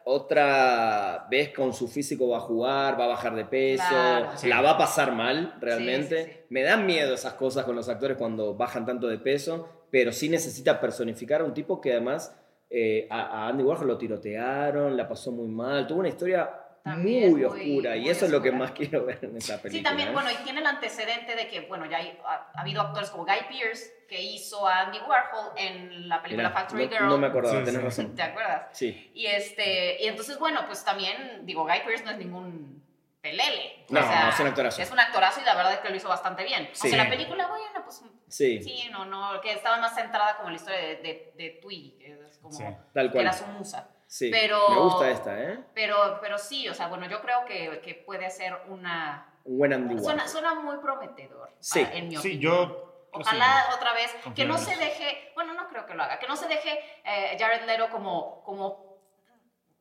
otra vez con su físico va a jugar, va a bajar de peso, Claro. Sí. la va a pasar mal realmente. Sí, sí, sí. Me dan miedo esas cosas con los actores cuando bajan tanto de peso, pero sí necesita personificar a un tipo que además eh, a, a Andy Warhol lo tirotearon, la pasó muy mal, tuvo una historia También muy muy- oscura y muy eso es lo que oscura. más quiero ver en esa película. Sí, también, ¿eh? bueno, y tiene el antecedente de que, bueno, ya hay- ha, ha habido actores como Guy Pearce, que hizo a Andy Warhol en la película Mirá, Factory no, Girl. no me acordaba, Sí, tenés sí. razón. (laughs) ¿Te acuerdas? Sí. Y, este, y entonces, bueno, pues también, digo, Guy Pearce no es ningún pelele. No, o sea, no, es un actorazo. Es un actorazo y la verdad es que lo hizo bastante bien. Sí. Aunque la película, bueno, pues Sí, sí, no, no, que estaba más centrada como en la historia de, de, de Twiggy, que es como Sí. tal que cual. era su musa. Sí. pero- Me gusta esta, ¿eh? Pero, pero sí, o sea, bueno, yo creo que, que puede ser una... Un buen Andy Warhol. Suena, suena muy prometedor, Sí, ah, en mi Sí, opinión. yo. yo sí. Ojalá otra vez, que no Confiamos. se deje, bueno, no creo que lo haga, que no se deje eh, Jared Leto como, como,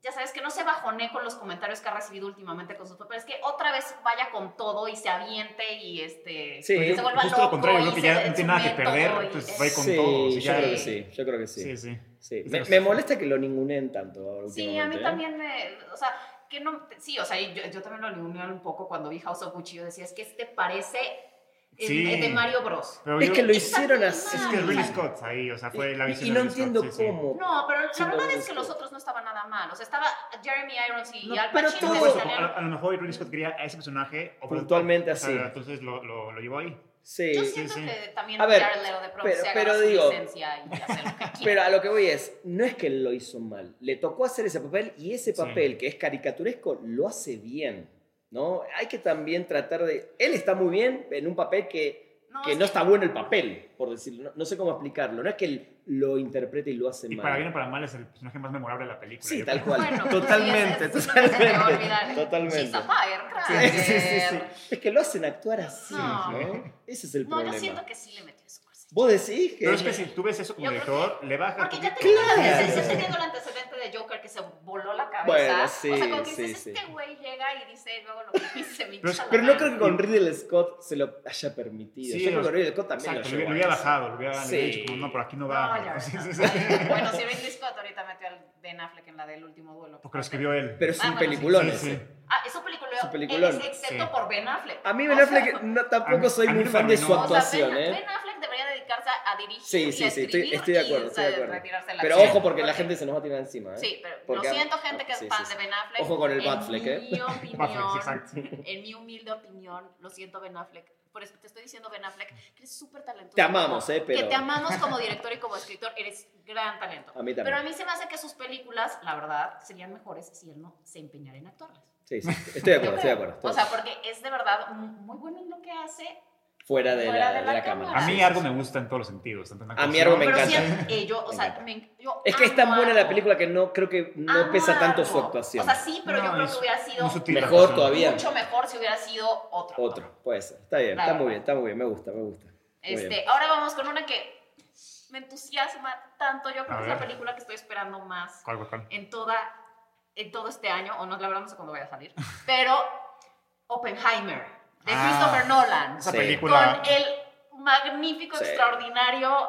ya sabes, que no se bajone con los comentarios que ha recibido últimamente con sus papeles, que otra vez vaya con todo y se aviente y este, Sí, Pues yo- se vuelva justo loco. lo contrario, y creo que se ya dé no tiene su nada que método perder, pues, y- entonces va a ir con Sí, todo. sí, yo ya- creo que sí, yo creo que sí. Sí, sí. Sí. Es Me, de los- me molesta que lo ningunen tanto. ahora Sí, a mí últimamente, ¿eh? también me, o sea, que no, sí, o sea, yo, yo también lo alineé un poco cuando vi House of Gucci, yo decía, es que este parece el- Sí. el de Mario Bros. Pero Es yo- que lo es hicieron así. que mal. Ridley Scott ahí, o sea, fue la Y- visión y de no Ridley Scott, entiendo sí, sí. cómo. No, pero la Sí, verdad no es que gustó. los otros no estaban nada mal, o sea, estaba Jeremy Irons y No, Al pero Pacino. todo ah, que Por eso, salían- a, a lo mejor Ridley Scott quería a ese personaje. o- Puntualmente o sea, así. entonces lo, lo, lo llevó ahí. Sí. Yo sí, siento sí. que también A ver, Jared Leto de pronto pero- se pero agarra su digo- licencia y hace lo (laughs) que quiere. Pero a lo que voy es, no es que él lo hizo mal, le tocó hacer ese papel y ese papel que es caricaturesco lo hace bien, ¿no? Hay que también tratar de... Él está muy bien en un papel que, No, que es no que- está bueno el papel, por decirlo, no, no sé cómo explicarlo, no es que él lo interprete y lo hace Y mal. para bien o para mal es el personaje más memorable de la película. Sí, yo tal creo. cual. Bueno, pues, totalmente, sí, ese- ese no se te va a totalmente. (laughs) olvidar. totalmente. She's a firecracker. Sí, sí, sí, sí. Es que lo hacen actuar así, No. ¿no? Ese es el No, problema. yo siento que sí le metió su cosa. Vos decís que... Pero es que si tú ves eso como Yo creo director, le baja. Porque ya poquito. teniendo, Claro. ya teniendo el antecedente de Joker que se voló la cabeza. Bueno, sí, o sea, como que sí, dices, sí. este güey llega y dice luego lo que (laughs) dice, me Pero es- hincha la Pero no gana. creo que con Ridley Scott se lo haya permitido. Sí, Yo creo o- que Ridley Scott también Exacto, lo lo, llevó hubiera a eso. bajado, lo hubiera, le hubiera Sí. dicho, como, no, por aquí no No, va. (laughs) ya Sí, sí, sí. verdad. (laughs) Bueno, si Ridley Scott ahorita metió al Ben Affleck en la del último duelo. Porque lo escribió él. Pero es Ah, un bueno, sí, peliculón sí, ese. sí. Ah, es un peliculón. Es un peliculón. Ex- Excepto Sí. por Ben Affleck. A mí O Ben sea, Affleck no, tampoco a mí- soy a mí muy no fan me de su arruinó. actuación, ben, ¿eh? Ben Affleck debería dedicarse a dirigir. Sí, y a sí, sí, estoy, escribir estoy de acuerdo, y, estoy de eh, acuerdo. retirarse de la Pero acción. ojo porque la gente se nos va a tirar encima, ¿eh? Sí, pero Porque- lo siento, gente que es Sí, sí, fan sí. de Ben Affleck. Ojo con el en Batfleck, ¿eh? (laughs) Mi Batfleck, opinión, exacto. en mi humilde opinión, lo siento, Ben Affleck. Por eso te estoy diciendo, Ben Affleck, que eres súper talentoso. Te amamos, como- ¿eh? Pero- Que te amamos como director y como escritor. Eres gran talento. A mí también. Pero a mí se me hace que sus películas, la verdad, serían mejores si él no se empeñara en actuarlas. Sí, sí, estoy de Yo acuerdo, estoy de creo. acuerdo. O sea, porque es de verdad muy bueno en lo que hace. fuera de, Fuera la, de la cámara. A mí Sí, algo sí, me gusta en todos los sentidos. tanto en la A mí actuación- algo me Pero encanta. siempre, eh, yo, o Me sea, encanta. me- yo Es que es tan amo buena la algo. película que no creo que no Amo pesa tanto su algo. actuación. O sea, sí, pero yo No, creo es que hubiera sido muy sutil la Mejor actuación. todavía. Bien. mucho mejor si hubiera sido otra. Otro, puede ser. Está bien, La está verdad. muy bien, está muy bien. Me gusta, me gusta. Muy bien. Este, ahora vamos con una que me entusiasma tanto. Yo creo A que es la ver. película que estoy esperando más ¿Cuál, cuál, cuál? en toda en todo este año, o no, la verdad no sé cuándo vaya a salir, pero Oppenheimer, de Ah. Christopher Nolan, Esa Sí. película. con el magnífico, Sí. extraordinario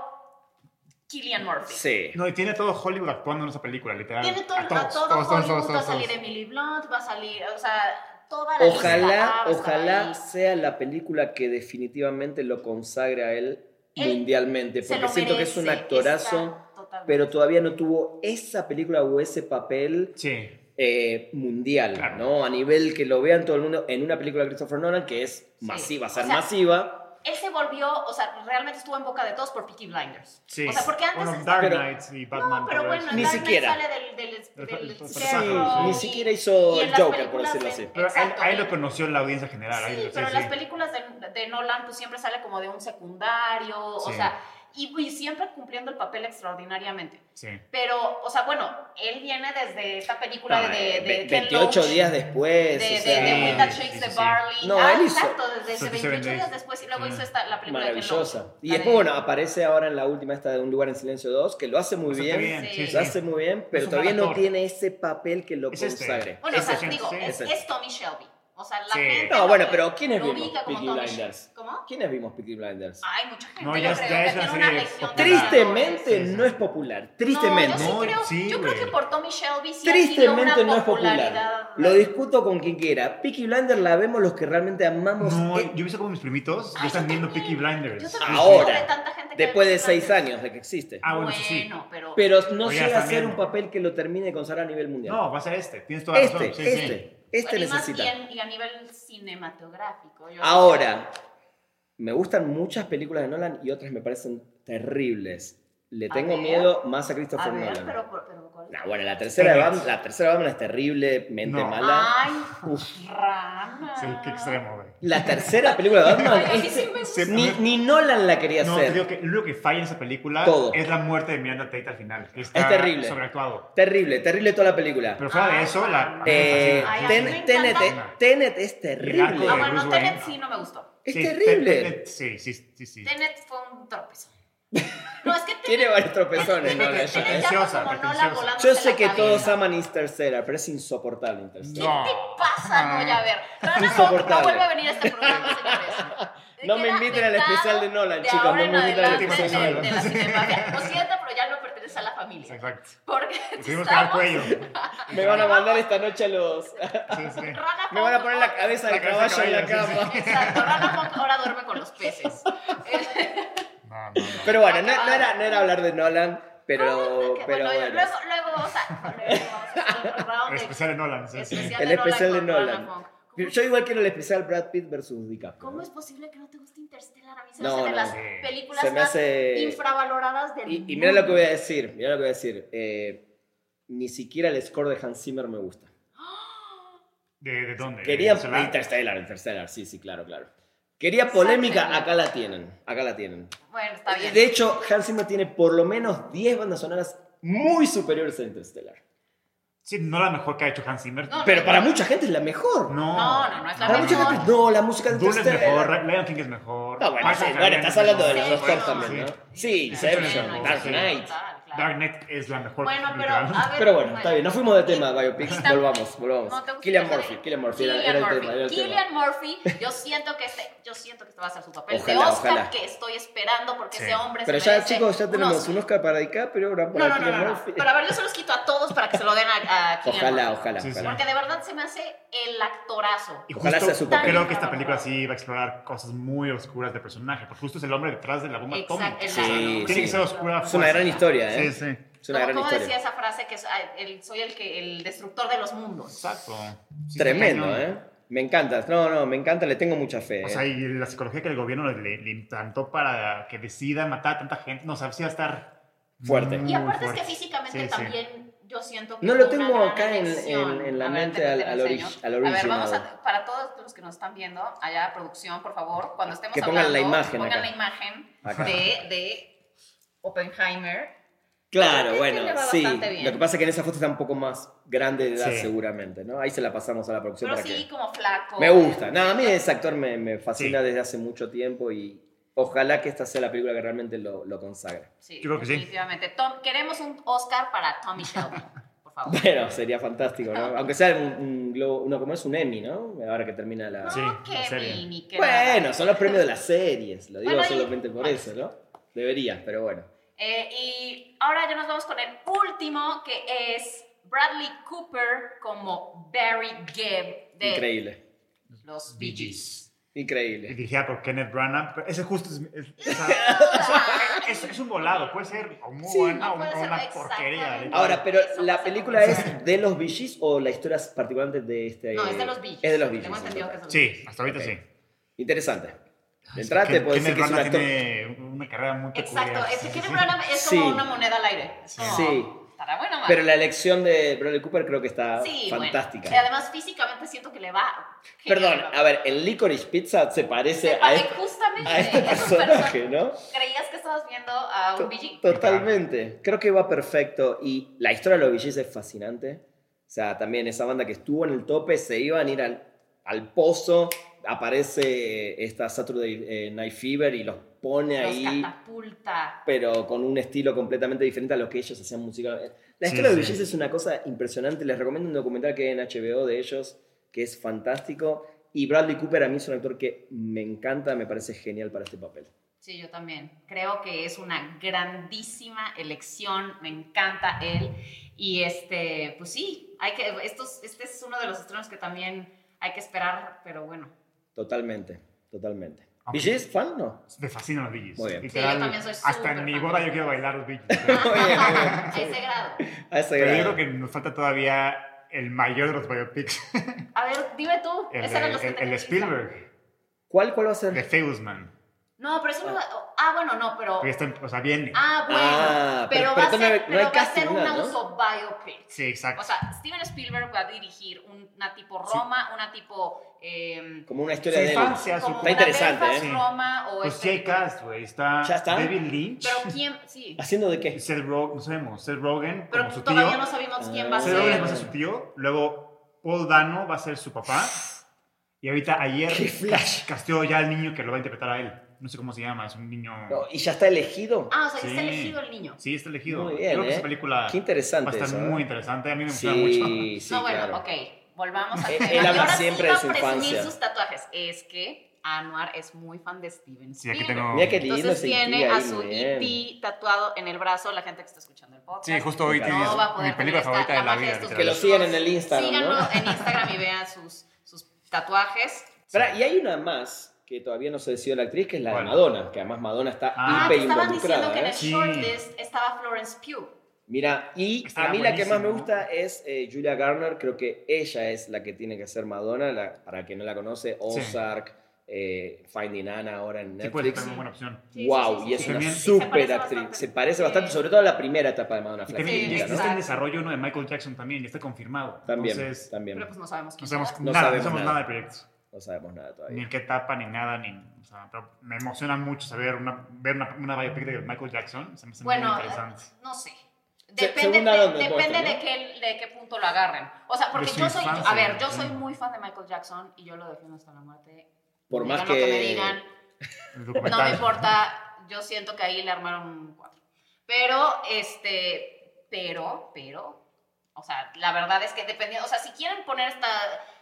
Killian Murphy. Sí. No, y tiene todo Hollywood actuando en esa película, literal. Tiene todo, A todos, a todo todos, todos, Hollywood, todos, va a todos, salir todos. Emily Blunt, va a salir, o sea, toda la lista Ojalá, A va a estar ojalá ahí. sea la película que definitivamente lo consagre a él, Él mundialmente, Se porque lo siento que es un merece, actorazo, está totalmente. pero todavía no tuvo esa película o ese papel Sí. eh, mundial, Claro. ¿no? A nivel que lo vean todo el mundo en una película de Christopher Nolan que es masiva, O ser sea, masiva. Él se volvió, o sea, realmente estuvo en boca de todos por Peaky Blinders. Sí. O sea, porque antes... Bueno, Dark Pero- Knights y Batman. no, pero todo bueno, eso. Ni Dark Knight siquiera. sale del, del, del, Del- del- Scarecrow Sí, ni y- siquiera hizo y en el las Joker, por películas decirlo de- así. Pero ahí, exacto, ahí y- lo conoció la audiencia general. ahí- Sí, pero en las películas de, de Nolan pues siempre sale como de un secundario, Sí. o sea, y, y siempre cumpliendo el papel extraordinariamente. Sí. Pero, o sea, bueno, él viene desde esta película de, de, de Ah, eh, Ve- Ken 28 Loach, días de, después. de, o sea, de Wind That Sí, Shakes sí, the sí. Barley. No, ah, él hizo- Mm. exacto, desde 77 28 días Days. después y luego Sí. hizo esta, la película de Ken maravillosa. Loach. Y La después, de- bueno, aparece ahora en la última esta de Un lugar en silencio 2, que lo hace muy Bastante bien. bien, Sí. sí, sí. Lo hace muy bien, pero un todavía buen no actor. tiene ese papel que lo Es este. consagre. Bueno, o sea, Ese, digo, sí, es, ese. es Tommy Shelby. O sea, la Sí. gente. No, lo- bueno, pero ¿quiénes lo vimos ubica como Peaky Tommy Ah, Blinders? Shelby. ¿Cómo? ¿Quiénes vimos Peaky Blinders? Ay, mucha gente. No, yo ya es- creo ya que es la tiene una serie legión de Tristemente Ah, Sí, sí. no es popular, No, tristemente. yo sí No, creo, sí, yo creo que güey. por Tommy Shelby sí ha Tristemente sido una no es popularidad. popular. Lo discuto con quien quiera. Peaky Blinders la vemos los que realmente amamos. No, eh, yo he visto como mis primitos ya Ay, están yo viendo también. Peaky Blinders. Yo Sí, también sí. Ahora. de tanta gente que después ve de seis Peaky años Blinders. de que existe. Ah, bueno, eso sí. Bueno, pero. Pero no Oye, llega a está ser bien. un papel que lo termine de consagrar a nivel mundial. No, va a ser este. Tienes toda la este, razón. Sí, sí. este, este y más necesita. bien, y a nivel cinematográfico. yo- Ahora, me gustan muchas películas de Nolan y otras me parecen terribles. Le A tengo ver. miedo más a Christopher A ver, Nolan. pero. pero- pero ¿cuál? Nah, bueno, la tercera, de Tenet. Batman, la tercera de Batman es terrible, mente No. mala. Ay, Uf. rana. Sí, qué extremo, güey. La tercera película de (laughs) Batman Ay, a mí es- sí me gusta. Sí, Este ni, ni Nolan la quería No, te hacer. digo que lo único que falla en esa película Todo. es la muerte de Miranda Tate al final. que está Es terrible. Sobreactuado. Terrible, terrible toda la película. Pero fuera de eso, la. a mí me Eh, fascina. Ah, Ay, a mí Ten- me encanta. Tenet, Tenet es terrible. de Ah, bueno, Bruce Tenet Wayne. sí no me gustó. Es Sí, terrible. Tenet, Sí, sí, sí. sí. Tenet fue un tropezón. No, es que Tenet, Tiene varios tropezones, Tenet- Nolan. Tenet- ya. Tenet ya fue como Pretenciosa, Nolan pretenciosa. volándose Yo sé la que cabeza. todos aman Interstellar, pero es insoportable Interstellar. No. ¿Qué te pasa? No, ya a ver. No, no, no, Insoportable. no vuelve a venir a este programa, señores. No me Queda inviten al vetado especial de Nolan, de chicos, ahora no en me inviten al adelante especial de de- Nolan. de la cinemafia. Lo siento, pero ya no pertenece a la familia. Exacto. Porque Tuvimos que dar estamos- cuello. Me van a mandar esta noche a los. Sí, sí. (laughs) Rana Me van a Funk poner (laughs) la ahora- cabeza de La cabeza de caballo en la caballo, cama. Exacto, Rana Funk ahora duerme con los peces. No, no, no. Pero bueno, no, Ah, no era, no era hablar de Nolan, pero, Que, pero (laughs) bueno, bueno. Luego, luego, o sea, luego vamos a hacer otro round El de- especial de Nolan. Sí, sí. especial El especial de con Rana Nolan. Funk. ¿Cómo Yo igual quiero el especial Brad Pitt versus DiCaprio. ¿Cómo es posible que no te guste Interstellar? A mí se me No, hace de no, las sí. películas Se me más hace- infravaloradas del Y, y mira lo que voy a decir, mira lo que voy a decir. Eh, ni siquiera el score de Hans Zimmer me gusta. ¿De, de dónde? Quería ¿De Solar? Interstellar, Interstellar, sí, sí, claro, claro. Quería polémica, acá la tienen, acá la tienen. (gasps) Bueno, está bien. De hecho, Hans Zimmer tiene por lo menos 10 bandas sonoras muy superiores a Interstellar. Sí, no la mejor que ha hecho Hans Zimmer. No, Pero para mucha gente es la mejor. No. No, no, no es la para Ah, mucha mejor. gente, no, la música de Dune es Interstellar. mejor, ¿eh? Lion King es mejor. No, bueno, Michael sí, bueno, Jackson estás es hablando de mejor. los Sí, doctor bueno, también, sí. ¿no? Sí, Sí, Inception, sí, Dark sí. Knight. Total, claro. Dark Knight es la mejor. Bueno, pero literal. a ver. Pero bueno, está bien, nos fuimos de tema, biopics, Está- volvamos, volvamos. No te gusta Killian esa de- Murphy, Killian Murphy, era, Cillian era el Murphy. tema, era el tema. Cillian Murphy, yo siento que este, yo siento que este va a ser su papel de Ojalá, Oscar ojalá. que estoy esperando porque Sí. ese hombre Pero se ya, merece chicos, ya un tenemos Oscar. un Oscar para DiCaprio, ahora No, para no, no, Cillian no, no. Murphy. Pero a ver, yo se los quito a todos para que se lo den a, a Cillian Ojalá, Murphy. ojalá, Sí, sí. ojalá. Porque de verdad se me hace el actorazo. Y Ojalá sea su papel. Creo que esta película sí va a explorar cosas muy oscuras del personaje, porque justo es el hombre detrás de la bomba Exacto, atómica. el- Sí, Tiene sí. que ser oscura. Es una gran historia, ¿eh? Sí, sí. Es una gran ¿Cómo decía historia. esa frase que es, ah, el- soy el que el destructor de los mundos? Exacto. Sí, está Tremendo, cañón. ¿eh? Me encanta, no, no, me encanta, le tengo mucha fe. O ¿eh? sea, y la psicología que el gobierno le, le implantó para que decida matar a tanta gente, no, o sea, sí va a estar Fuerte. muy Y aparte es fuerte. que físicamente Sí, sí. también yo siento que No es lo una tengo gran acá en- elección. en- en la A ver, mente déjate al- lo al ori- enseño. al A ver, original. vamos a, para todos los que nos están viendo, allá producción, por favor, cuando estemos Que pongan hablando, la imagen pongan acá. la imagen Acá. de, de Oppenheimer. Claro, Creo que bueno, le va sí. bastante bien. Lo que pasa es que en esa foto está un poco más grande de edad, Sí. seguramente, ¿no? Ahí se la pasamos a la producción Pero para sí, que. como flaco. Me gusta. No, a mí ese actor me, me fascina Sí. desde hace mucho tiempo y ojalá que esta sea la película que realmente lo, lo consagre. Sí, Yo creo que sí. definitivamente. Tom- queremos un Oscar para Tommy Shelby, por (laughs) favor. (laughs) Bueno, sería fantástico, ¿no? Aunque sea un, un globo, uno como es un Emmy, ¿no? Ahora que termina la. No, Sí, la que serie. ni, ni que nada. Bueno, son los premios de las series, lo digo Bueno, y- solamente por eso, ¿no? Deberías, pero bueno. Eh, y ahora ya nos vamos con el último, que es Bradley Cooper como Barry Gibb de Increíble. los Bee Gees. Y Increíble. dirigida por Kenneth Branagh. pero Ese justo es, es- o sea, (laughs) Ah, es- es un volado, puede ser o muy Sí. buena o Puede ser una porquería. exactamente. literal. Ahora, pero Eso ¿la pasa película es de los VGs o la historia es particularmente de este.? No, es de los Bee Gees. Es de los Bee Tengo Gees, entendido que entonces. es de los Bee Sí, Gees. hasta ahorita Ok. sí. Interesante. De entrada te Ken- puedo decir Kenneth que es un Branagh actor. tiene una carrera muy peculiar. Exacto, es Sí, sí, que Kenneth sí. Branagh es como Sí. una moneda al aire. Es como, Sí. Estará bueno, mal. Pero la elección de Bradley Cooper creo que está Sí, bueno. fantástica. Y además físicamente siento que le va. Perdón, genial. a ver, en Licorice Pizza se parece Se a pare- este, justamente a este es un personaje. personaje, ¿no? Creías que estabas viendo a un To- Bee Gees? Totalmente. Creo que va perfecto. Y la historia de los VGs es fascinante. O sea, también esa banda que estuvo en el tope, se iban a ir al, al pozo. Aparece esta Saturday eh, Night Fever y los pone Los ahí, catapulta. pero con un estilo completamente diferente a lo que ellos hacían musical. La Sí, historia de los sí. VGs es una cosa impresionante. Les recomiendo un documental que hay en HBO de ellos, que es fantástico. Y Bradley Cooper a mí es un actor que me encanta, me parece genial para este papel. Sí, yo también. Creo que es una grandísima elección. Me encanta él. Y este, pues sí, hay que, estos, este es uno de los estrenos que también hay que esperar, (laughs) pero bueno. Totalmente, totalmente. Ok. ¿VGs fan? No. Me fascinan los Billys. Muy bien. Sí, yo también soy Hasta súper en mi fan. boda yo quiero bailar los Billys. A ese grado. A ese Pero yo grado. creo que nos falta todavía el mayor de los biopics, A ver, dime tú. el, esos eran los que el- el tenía en lista. Spielberg, ¿Cuál, ¿Cuál va a de ser? Feusman. No, pero eso no. va- Ah, bueno, no, pero. Porque está, o sea, bien. Ah, bueno. Ah, pero- pero, pero va, a tú no- ser, no pero hay va a ser casting, un ¿no? autobiopic. Sí, exacto. O sea, Steven Spielberg va a dirigir un- una tipo Sí. Roma, una tipo. eh, Como una historia su de él. infancia, su... como Está una interesante, Belfast ¿eh? Roma o Pues este sí hay tipo- cast, güey. Está, ¿Ya está? David Lynch, Pero quién. Sí. ¿Haciendo de qué? Seth Rogen, no sabemos, Seth Rogen Pero como su tío. todavía no sabemos quién va a Ah. Seth Rogen va a ser. ser su tío. Luego Paul Dano va a ser su papá. Y ahorita ayer ¡Qué flash! casteó ya al niño que lo va a interpretar a él. No sé cómo se llama, es un niño... No, ¿Y ya está elegido? Ah, o sea, Sí. ya está elegido el niño. Sí, está elegido. Muy bien, Creo que ¿eh? esa película Qué interesante va a estar eso, ¿eh? muy interesante. A mí me emociona mucho. Sí, sí, no, bueno, claro. ok. Volvamos a Él- tema. él Y habla ahora siempre sí de su va a presumir infancia. sus tatuajes. Es que Anuar es muy fan de Steven Sí, aquí Spielberg. tengo- Mira qué lindo Entonces ese tiene E.T. a ahí, su muy bien. E.T. tatuado en el brazo, la gente que está escuchando el podcast. Sí, justo hoy No tienes va a poder mi película tener esta- favorita de la magia vida. estos literal. Que lo películas. sigan en el Instagram, Síganlo ¿no? en Instagram y vean sus, sus tatuajes. Pará, y hay una más que todavía no se decidió la actriz, que es la de ¿Cuál? Madonna, que además Madonna está Ah, Ah, hiper te estaban diciendo involucrada. que en el pues ¿eh? Sí. shortlist estaba Florence Pugh. Mira, y Estará a mí la que más me buenísimo. gusta es eh, Julia Garner, creo que ella es la que tiene que ser Madonna, la- para quien no la conoce, Ozark, eh, Finding Anna ahora en Sí, puede Netflix. ser una buena opción. Sí, wow, sí, sí, y es sí, una También- Se super parece actriz. bastante. Se parece bastante, Sí. sobre todo a la primera etapa de Madonna Y Flash. también ya Sí, ¿no? está en exacto. desarrollo uno de Michael Jackson también, ya está confirmado. También, Entonces, también. Pero pues no sabemos no quién sabemos No nada, sabemos no sabemos nada. nada del proyecto. No sabemos nada Ni todavía. en qué etapa, ni nada, ni... O sea, pero me emociona mucho saber una, ver una, una biopic de Michael Jackson. Se me hace Bueno, eh, muy interesante. no sé. Se- Depende, según a de, dónde depende muestren, de, ¿no? qué, de qué punto lo agarren. O sea, porque De su yo soy, infancia, a ver, yo sí. soy muy fan de Michael Jackson y yo lo defiendo hasta la muerte. Por Digan más lo que, me digan, El no me documental. importa, yo siento que ahí le armaron un cuatro. Pero, este, pero, pero, o sea, la verdad es que dependiendo, o sea, si quieren poner esta,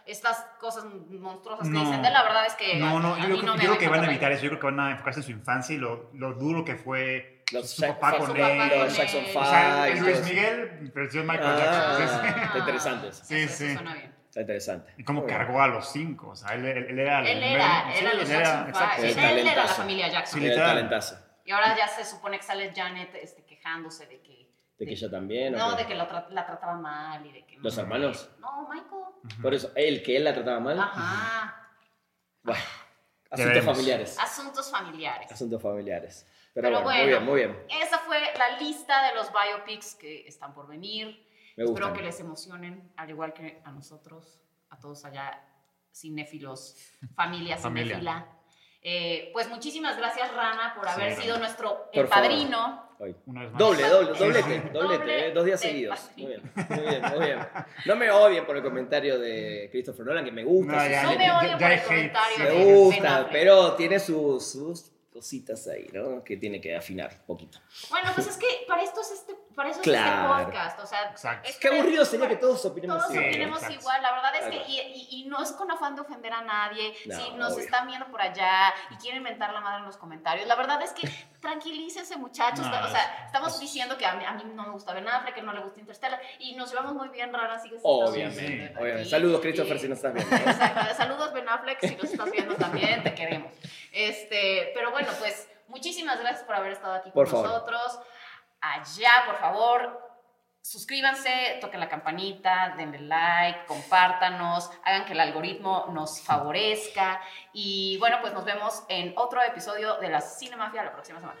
estas cosas monstruosas que No. dicen, de la verdad es que No, no, a yo, creo, mí no yo me creo doy que van a cuenta. evitar eso. Yo creo que van a enfocarse en su infancia y lo, lo duro que fue Los su Jack- papá Jack- con su papá él. con los Jackson él. O Five, sea, todo Luis eso. Miguel, versión Michael Ah. Jackson. Entonces, Está interesante eso. Sí, Eso- eso sí. suena bien. Está interesante. Y cómo Muy cargó a los cinco. O sea, él, él- él era... el Él primer- era, sí, era los él era- Jackson exacto. Five. El Él era la talentazo. familia Jackson. bien. Era literal. talentazo. Y ahora ya se supone que sale Janet este, quejándose de que. De que ella también. ¿o No, qué? de que lo tra- la trataba mal y de que. Los hermanos. No, Michael. Ujú. Por eso, él, que él la trataba mal. Ah. Ajá. Bueno, Ya asuntos veremos. familiares. Asuntos familiares. Asuntos familiares. Pero, Ah. bueno, Pero muy bueno. bien, muy bien. Esa fue la lista de los biopics que están por venir. Me Espero gustan. que les emocionen, al igual que a nosotros, a todos allá, cinéfilos, familia Familia. cinéfila. Eh, pues muchísimas gracias, Rana, por Sí, haber Rana. sido nuestro Por el favor. padrino. Hoy. Una vez más. Doble, doble, Sí, doblete, (laughs) sí. doblete, eh, dos días Doblete. seguidos. Muy bien, muy bien, muy bien. No me odien por el comentario de Christopher Nolan, que me gusta. No, su ya, No cine, me ya, odio por hay el hate, comentario sí. de me Ben gusta, Affleck. pero tiene sus, sus cositas ahí, ¿no? Que tiene que afinar un poquito. Bueno, pues es que para esto es este, para eso es Claro. este podcast. O sea, Exacto. es Qué para- aburrido sería que todos opinemos Todos Sí, igual. opinemos exacto. igual, la verdad es Ahí que, y, y- y no es con afán de ofender a nadie, No, si nos obvio. están viendo por allá y quieren mentar la madre en los comentarios, la verdad (laughs) es que tranquilícense muchachos, No, o sea, es- estamos es- diciendo que a mí, a mí no me gusta Ben Affleck, que no le gusta Interstellar, y nos llevamos muy bien, Rara, sigue Obviamente, Sí, obviamente. Saludos, Christopher, si nos estás viendo. ¿eh? Exacto. Saludos, Ben Affleck, si nos estás viendo también, te queremos. Este, pero bueno, pues muchísimas gracias por haber estado aquí con Por favor. nosotros. Allá, por favor, suscríbanse, toquen la campanita, denle like, compártanos, hagan que el algoritmo nos favorezca. Y bueno, pues nos vemos en otro episodio de la Cinemafia la próxima semana.